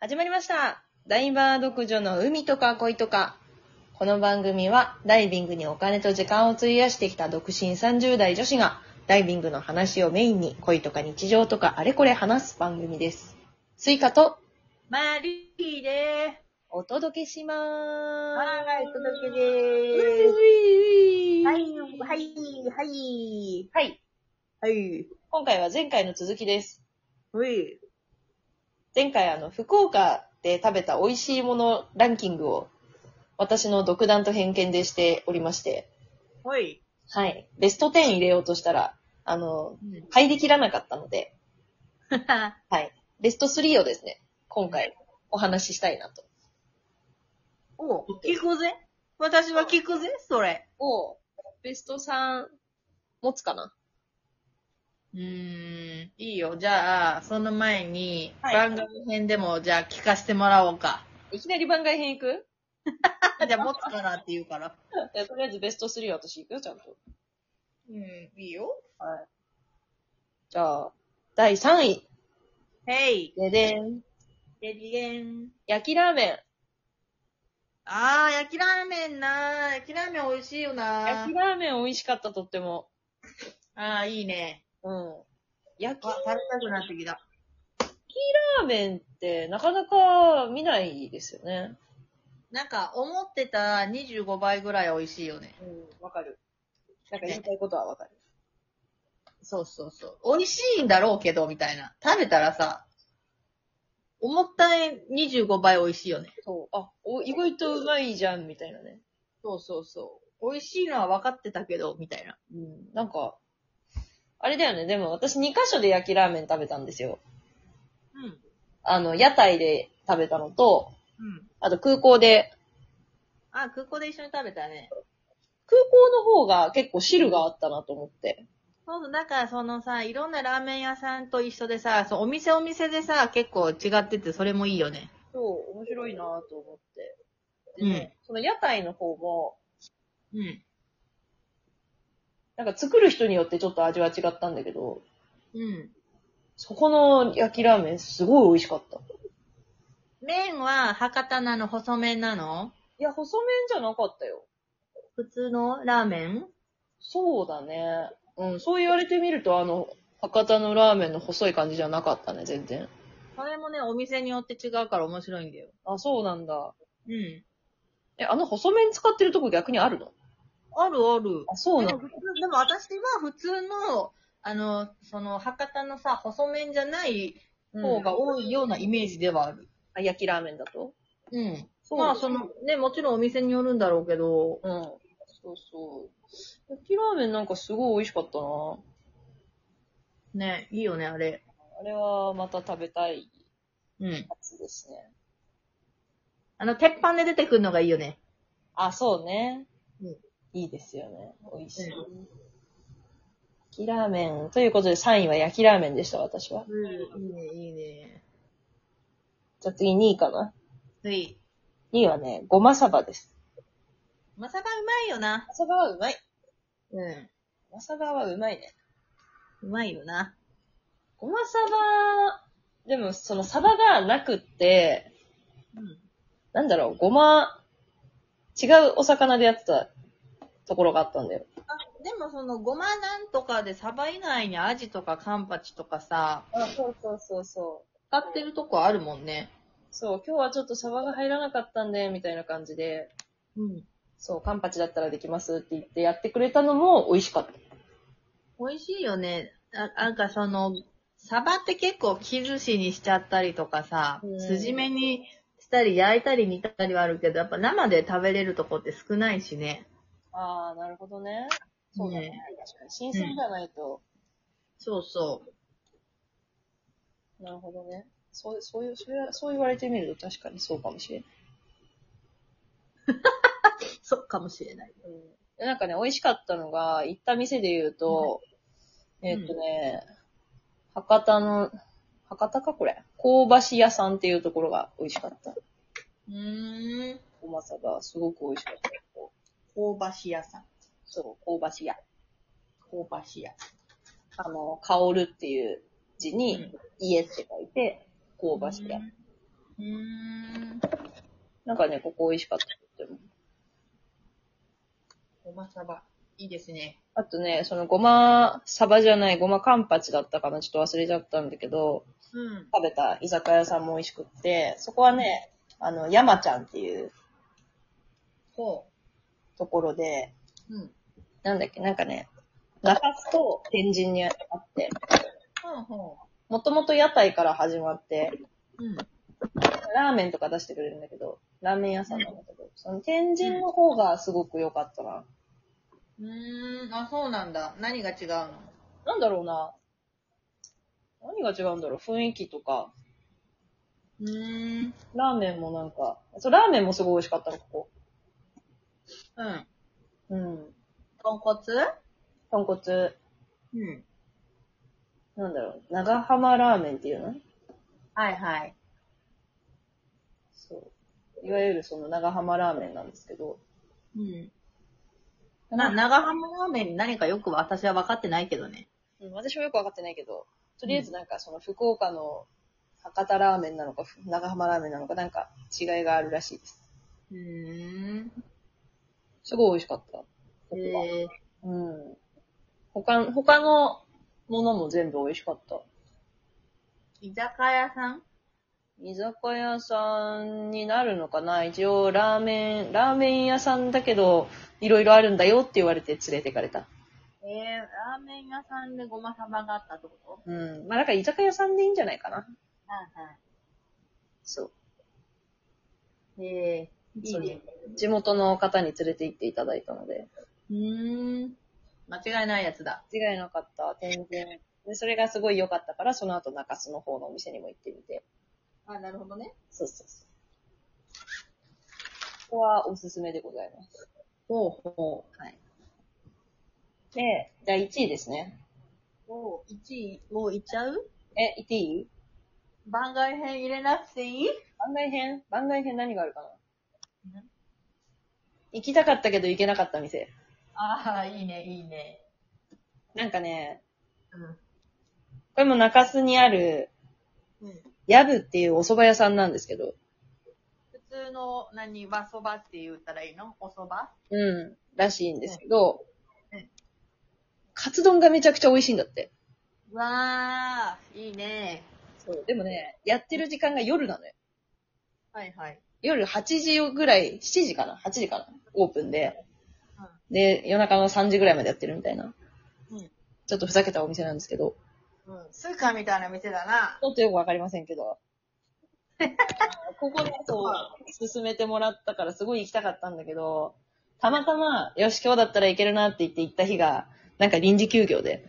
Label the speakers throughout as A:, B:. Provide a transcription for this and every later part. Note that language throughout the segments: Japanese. A: 始まりました。ダイバー独女の海とか恋とか。この番組はダイビングにお金と時間を費やしてきた独身30代女子がダイビングの話をメインに恋とか日常とかあれこれ話す番組です。スイカと
B: マリーで
A: お届けしまー
B: ーす。
A: す。
B: はい、お届けで
A: う
B: ーす。
A: い
B: は
A: はいい。、
B: はい、は
A: は
B: い。
A: い。
B: はい。
A: 今回は前回の続きです。
B: ほい。
A: 前回あの、福岡で食べた美味しいものランキングを私の独断と偏見でしておりまして。
B: ほい。
A: はい。ベスト10入れようとしたら、あの、入りきらなかったので、はい。ベスト3をですね、今回お話ししたいなと。
B: お 聞くぜ。私は聞くぜ、それ。
A: を、ベスト3持つかな
B: うーん、いいよ。じゃあ、その前に、
A: はい
B: 番組編でも、じゃあ聞かせてもらおうか。
A: いきなり番外編行く
B: じゃあ、持つからって言うから。
A: じゃあとりあえずベスト3私行くよ、ちゃんと。
B: うん、いいよ。
A: じゃあ、第3位。
B: へい。
A: ででん。
B: レディエン。
A: 焼きラーメン。
B: あー、焼きラーメンなー。焼きラーメン美味しいよな
A: 焼き
B: ー。
A: ラーメン美味しかった、とっても。
B: あー、いいね。
A: うん。焼き
B: あ、食べたくなってきた。
A: ラーメンってなかなか見ないですよね。
B: なんか、思ってた25倍ぐらい美味しいよね。
A: うん、わかる。なんか言いたいことはわかる。
B: そうそうそう。美味しいんだろうけど、みたいな。食べたらさ、思った25倍美味しいよね。
A: そう。あ、お、意外とうまいじゃん、みたいなね。
B: そうそうそう。美味しいのは分かってたけど、みたいな。
A: うん。なんか、あれだよね。でも私2箇所で焼きラーメン食べたんですよ。
B: うん。
A: あの、屋台で食べたのと、
B: うん。
A: あと空港で、
B: あ、空港で一緒に食べたね。
A: 空港の方が結構汁があったなと思って。
B: そうそう、だからそのさ、いろんなラーメン屋さんと一緒でさ、そうお店お店でさ、結構違ってて、それもいいよね。
A: そう、面白いなと思って。
B: うん
A: でねその屋台の方も、
B: うん。
A: なんか作る人によってちょっと味は違ったんだけど、
B: うん。
A: そこの焼きラーメンすごい美味しかった。い
B: 麺は博多なの、細麺なの
A: や、細麺じゃなかったよ。
B: 普通のラーメン
A: そうだね。うん、そう言われてみると、あの、博多のラーメンの細い感じじゃなかったね、全然。
B: これもね、お店によって違うから面白いんだよ。
A: あ、そうなんだ。
B: うん。
A: え、あの細麺使ってるとこ逆にあるの
B: あるある。
A: あ、そうな
B: で
A: ん
B: も
A: だ。
B: 普通でも私は普通の、あの、その、博多のさ、細麺じゃない方
A: が、
B: が多いようなイメージではある。
A: あ焼きラーメンだと
B: うん。
A: そ
B: まあ、その、ね、もちろんお店によるんだろうけ
A: うん。
B: ど、
A: そうそう。焼きラーメンなんかすごい美味しかったな。
B: ね、いいよね、あれ。
A: あれはまた食べたい
B: うん。
A: やつですね。
B: あの、鉄板で出てくるのがいいよね。
A: あ、そうね。
B: うん
A: いいですよね。美味しい。
B: う
A: 焼きラーメン。ということで3位は焼きラーメンでした、私は。
B: うん、いいね、いいね。
A: じゃあ次2位かな。
B: 次。
A: 2位はね、ごまサバです。
B: まさばうまいよな。
A: マサバはうまい。
B: うん。
A: ごまサバはうまいね。
B: うまいよな。
A: ごまサバ、でもそのサバがなくって、
B: うん。
A: なんだろう、ごま、違うお魚でやってたところがあったんだよ。
B: でもその、ごまなんとかで、サバ以外にアジとかカンパチとかさ、
A: あ、そうそうそうそう。
B: 使ってるとこあるもんね。
A: そう、今日はちょっとサバが入らなかったんで、みたいな感じで、
B: うん。
A: そう、カンパチだったらできますって言ってやってくれたのも美味しかった。
B: 美味しいよね。あなんかその、サバって結構木寿司にしちゃったりとかさ、
A: うん
B: 筋目にしたり焼いたり煮たりはあるけど、やっぱ生で食べれるとこって少ないしね。
A: あー、なるほどね。そうだね。
B: ね
A: 確かに。新鮮じゃないと。
B: そうそう。
A: なるほどね。そう、そういう、それはそう言われてみると確かにそうかもしれない。
B: そうかもしれない。
A: うんで。なんかね、美味しかったのが、行った店で言うと、
B: ん
A: えーっとね、博多の、博多かこれ香ばし屋さんっていうところが美味しかった。
B: うーん。
A: ごまさがすごく美味しかった。
B: 香ばし屋さん。
A: そう、香ばし屋。
B: 香ばし屋。
A: あの、香るっていう字に、
B: うん
A: 家って書いて、香ばし屋。。
B: うーん。
A: なんかね、ここ美味しかったとっても。
B: ごまさば。いいですね。
A: あとね、そのごま、サバじゃない、ごまカンパチだったかな、ちょっと忘れちゃったんだけど、
B: うん。
A: 食べた居酒屋さんも美味しくって、そこはね、あの、山ちゃんっていう
B: ほ
A: ところで、
B: う。うん。
A: なんだっけ、なんかね、中津と天神にあって、
B: ほうほ
A: もともと屋台から始まって、
B: う。うん。
A: ラーメンとか出してくれるんだけど、ラーメン屋さんなんだけど、その天神の方がすごく良かったな。
B: うーん、あ、そうなんだ。何が違うの
A: なんだろうな。何が違うんだろう雰囲気とか。
B: うーん。
A: ラーメンもなんか、そう、ラーメンもすごい美味しかったの、ここ。
B: うん。
A: うん。
B: 豚骨
A: 豚骨、
B: うん。
A: なんだろう、長浜ラーメンっていうの
B: はいはい。
A: そう。いわゆるその長浜ラーメンなんですけど。
B: うん。な、長浜ラーメンに何かよく私は分かってないけどね。
A: うん、私もよくわかってないけど、とりあえずなんかその福岡の博多ラーメンなのか、ふ長浜ラーメンなのか、なんか違いがあるらしいです。
B: うーん。
A: すごい美味しかった。
B: え
A: 僕はうん。他、他のものも全部美味しかった。
B: 居酒屋さん
A: 居酒屋さんになるのかな一応、ラーメン、ラーメン屋さんだけど、いろいろあるんだよって言われて連れてかれた。
B: えー、ラーメン屋さんでごまさばがあったってこと
A: うん。まあ、だから居酒屋さんでいいんじゃないかな。
B: は
A: そう。
B: いはい。えー、いいね。
A: 地元の方に連れて行っていただいたので。
B: うーん。間違いないやつだ。
A: 間違いなかった。天然。で、それがすごい良かったから、その後中洲の方のお店にも行ってみて。
B: あ、なるほどね。
A: そうそうそう。ここはおすすめでございます。
B: ほうほう。はい。
A: で、第1位ですね。
B: お1位、もういっちゃう
A: え、行っていい
B: 番外編入れなくていい
A: 番外編番外編何があるかなん行きたかったけど行けなかった店。
B: ああ、いいね、いいね。
A: なんかね、
B: うん。
A: これも中洲にある、
B: うん、
A: ヤブっていうお蕎麦屋さんなんですけど、
B: 普通の、何、和そばって言ったらいいのおそば
A: うん、らしいんですけど
B: うんうん、
A: カツ丼がめちゃくちゃ美味しいんだって。
B: わー、いいね。
A: そう。でもね、やってる時間が夜なのよ。
B: はいはい。
A: 夜8時ぐらい、7時かな ?8 時かなオープンで
B: うん。
A: で、夜中の3時ぐらいまでやってるみたいな。
B: うん
A: ちょっとふざけたお店なんですけど、
B: うん。スーカーみたいな店だな。
A: ちょっとよくわかりませんけど。 ここでそう、勧めてもらったからすごい行きたかったんだけど、たまたま、よし、今日だったらいけるなって言って行った日が、なんか臨時休業で。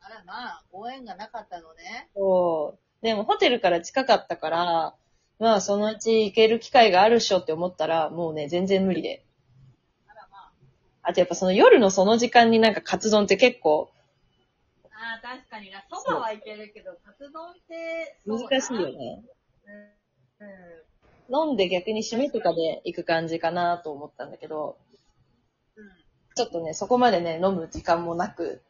B: あらまあ、ご縁がなかったのね。
A: そう。でもホテルから近かったから、まあそのうち行ける機会があるっしょって思ったら、もうね、全然無理で。あとやっぱその夜のその時間になんかカツ丼って結構
B: ああ、確かにな。そばはいけるけど、カツ丼って、そうだ
A: 難しいよ。ね。
B: うん。う
A: 飲んで逆に締めとかで行く感じかなと思ったんだけど、
B: ん。うん。
A: ちょっとね、そこまでね、飲む時間もなく、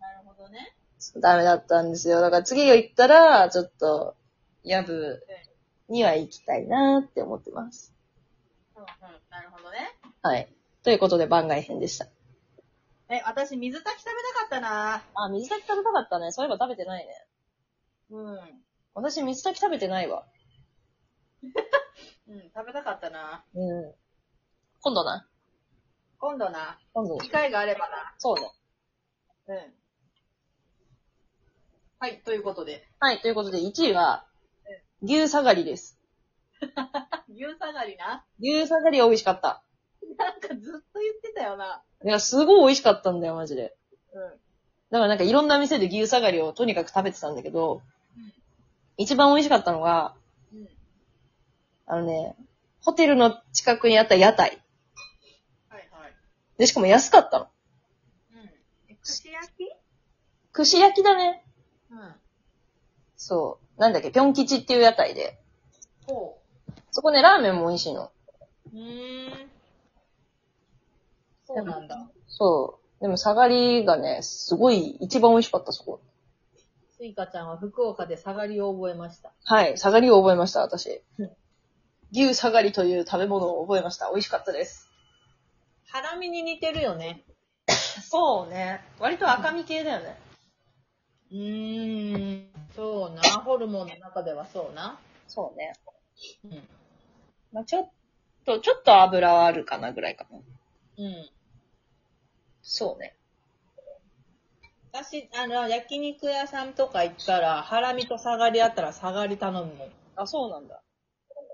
B: なるほどね。
A: ダメだったんですよ。だから次が行ったら、ちょっと、ヤブには行きたいなって思ってます。
B: うんうん。なるほどね。
A: はい。ということで番外編でした。
B: え、私、水炊き食べたかったな。
A: あ、水炊き食べたかったね。そういえば食べてないね。
B: うん。
A: 私、水炊き食べてないわ。
B: うん、食べたかったな。
A: うん。今度な。
B: 今度な。
A: 今度
B: 機会があればな。
A: そうね。
B: うん。はい、ということ で。
A: はい、ということで1位は、牛下がりです。
B: 牛下がりな。
A: 牛下がり美味しかった。
B: なんかずっと言ってたよな。
A: いや、すごい美味しかったんだよ、マジで。
B: うん。
A: だからなんかいろんな店で牛下がりをとにかく食べてたんだけど、
B: うん
A: 一番美味しかったのが、
B: うん。
A: あのね、ホテルの近くにあった屋台。
B: はいはい。
A: で、しかも安かったの。
B: うん。え、串焼き
A: 串焼きだね。
B: うん。
A: そう。なんだっけ、ぴょん吉っていう屋台で。
B: ほ
A: そこね、ラーメンも美味しいの。
B: う。うーん。そうなんだ。
A: そう。でも、下がりがね、すごい、一番美味しかった、そこ。
B: スイカちゃんは福岡で下がりを覚えました。
A: はい。下がりを覚えました、私
B: うん。
A: 牛下がりという食べ物を覚えました。美味しかったです。
B: ハラミに似てるよね。
A: そうね。割と赤身系だよね。
B: うーん。そうな。ホルモンの中ではそうな。
A: そうね。
B: うん。
A: まあ、ちょっと、ちょっと油はあるかなぐらいかな。
B: うん。
A: そうね。
B: 私、あの、焼肉屋さんとか行ったら、ハラミと下がりあったら下がり頼むもん。
A: あ、そうなんだ。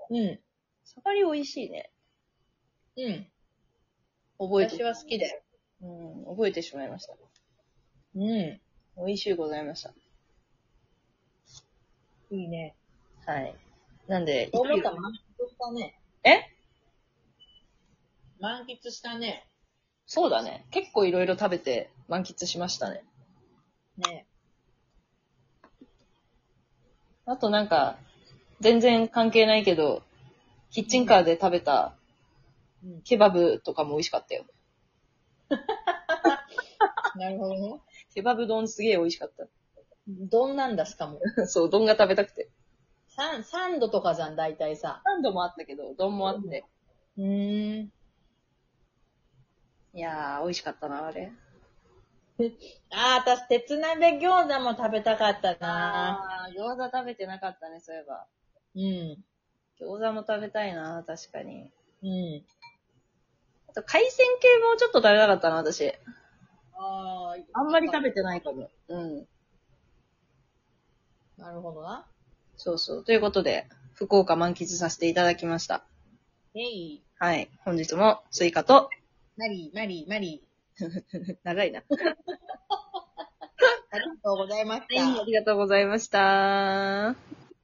B: うん。
A: 下がり美味しいね。
B: うん。
A: 覚えて
B: 私、は好きだよ。
A: うん、覚えてしまいました。
B: うん。
A: 美味しゅうございました。
B: いいね。
A: はい。なんで、
B: こう思ったら満喫したね。
A: え
B: 満喫したね。
A: そうだね。結構いろいろ食べて満喫しましたね。
B: ね。
A: あとなんか、全然関係ないけど、キッチンカーで食べた
B: うん。
A: ケバブとかも美味しかったよ。
B: なるほどね。
A: ケバブ丼すげえ美味しかっ
B: どんなんだしかも。
A: た。 そう、丼が食べたくて。
B: サン、サンドとかじゃん、大体さ。
A: 何度もあったけど、丼もあって。
B: うーん。
A: いやー、美味しかったな、あれ。
B: ああ、私、鉄鍋餃子も食べたかったな。
A: あー、餃子食べてなかったね、そういえば。
B: うん。
A: 餃子も食べたいな、確かに。
B: うん。
A: あと、海鮮系もちょっと食べたかったな、私。
B: ああ、
A: あんまり食べてないかも。うん。
B: なるほどな。
A: そうそう。ということで、福岡満喫させていただきました。
B: えい、
A: はい。本日もスイカと、
B: マリー、マリー、マリ
A: 長いな。
B: ー。ありがとうございまし
A: はい、ありがとうございました。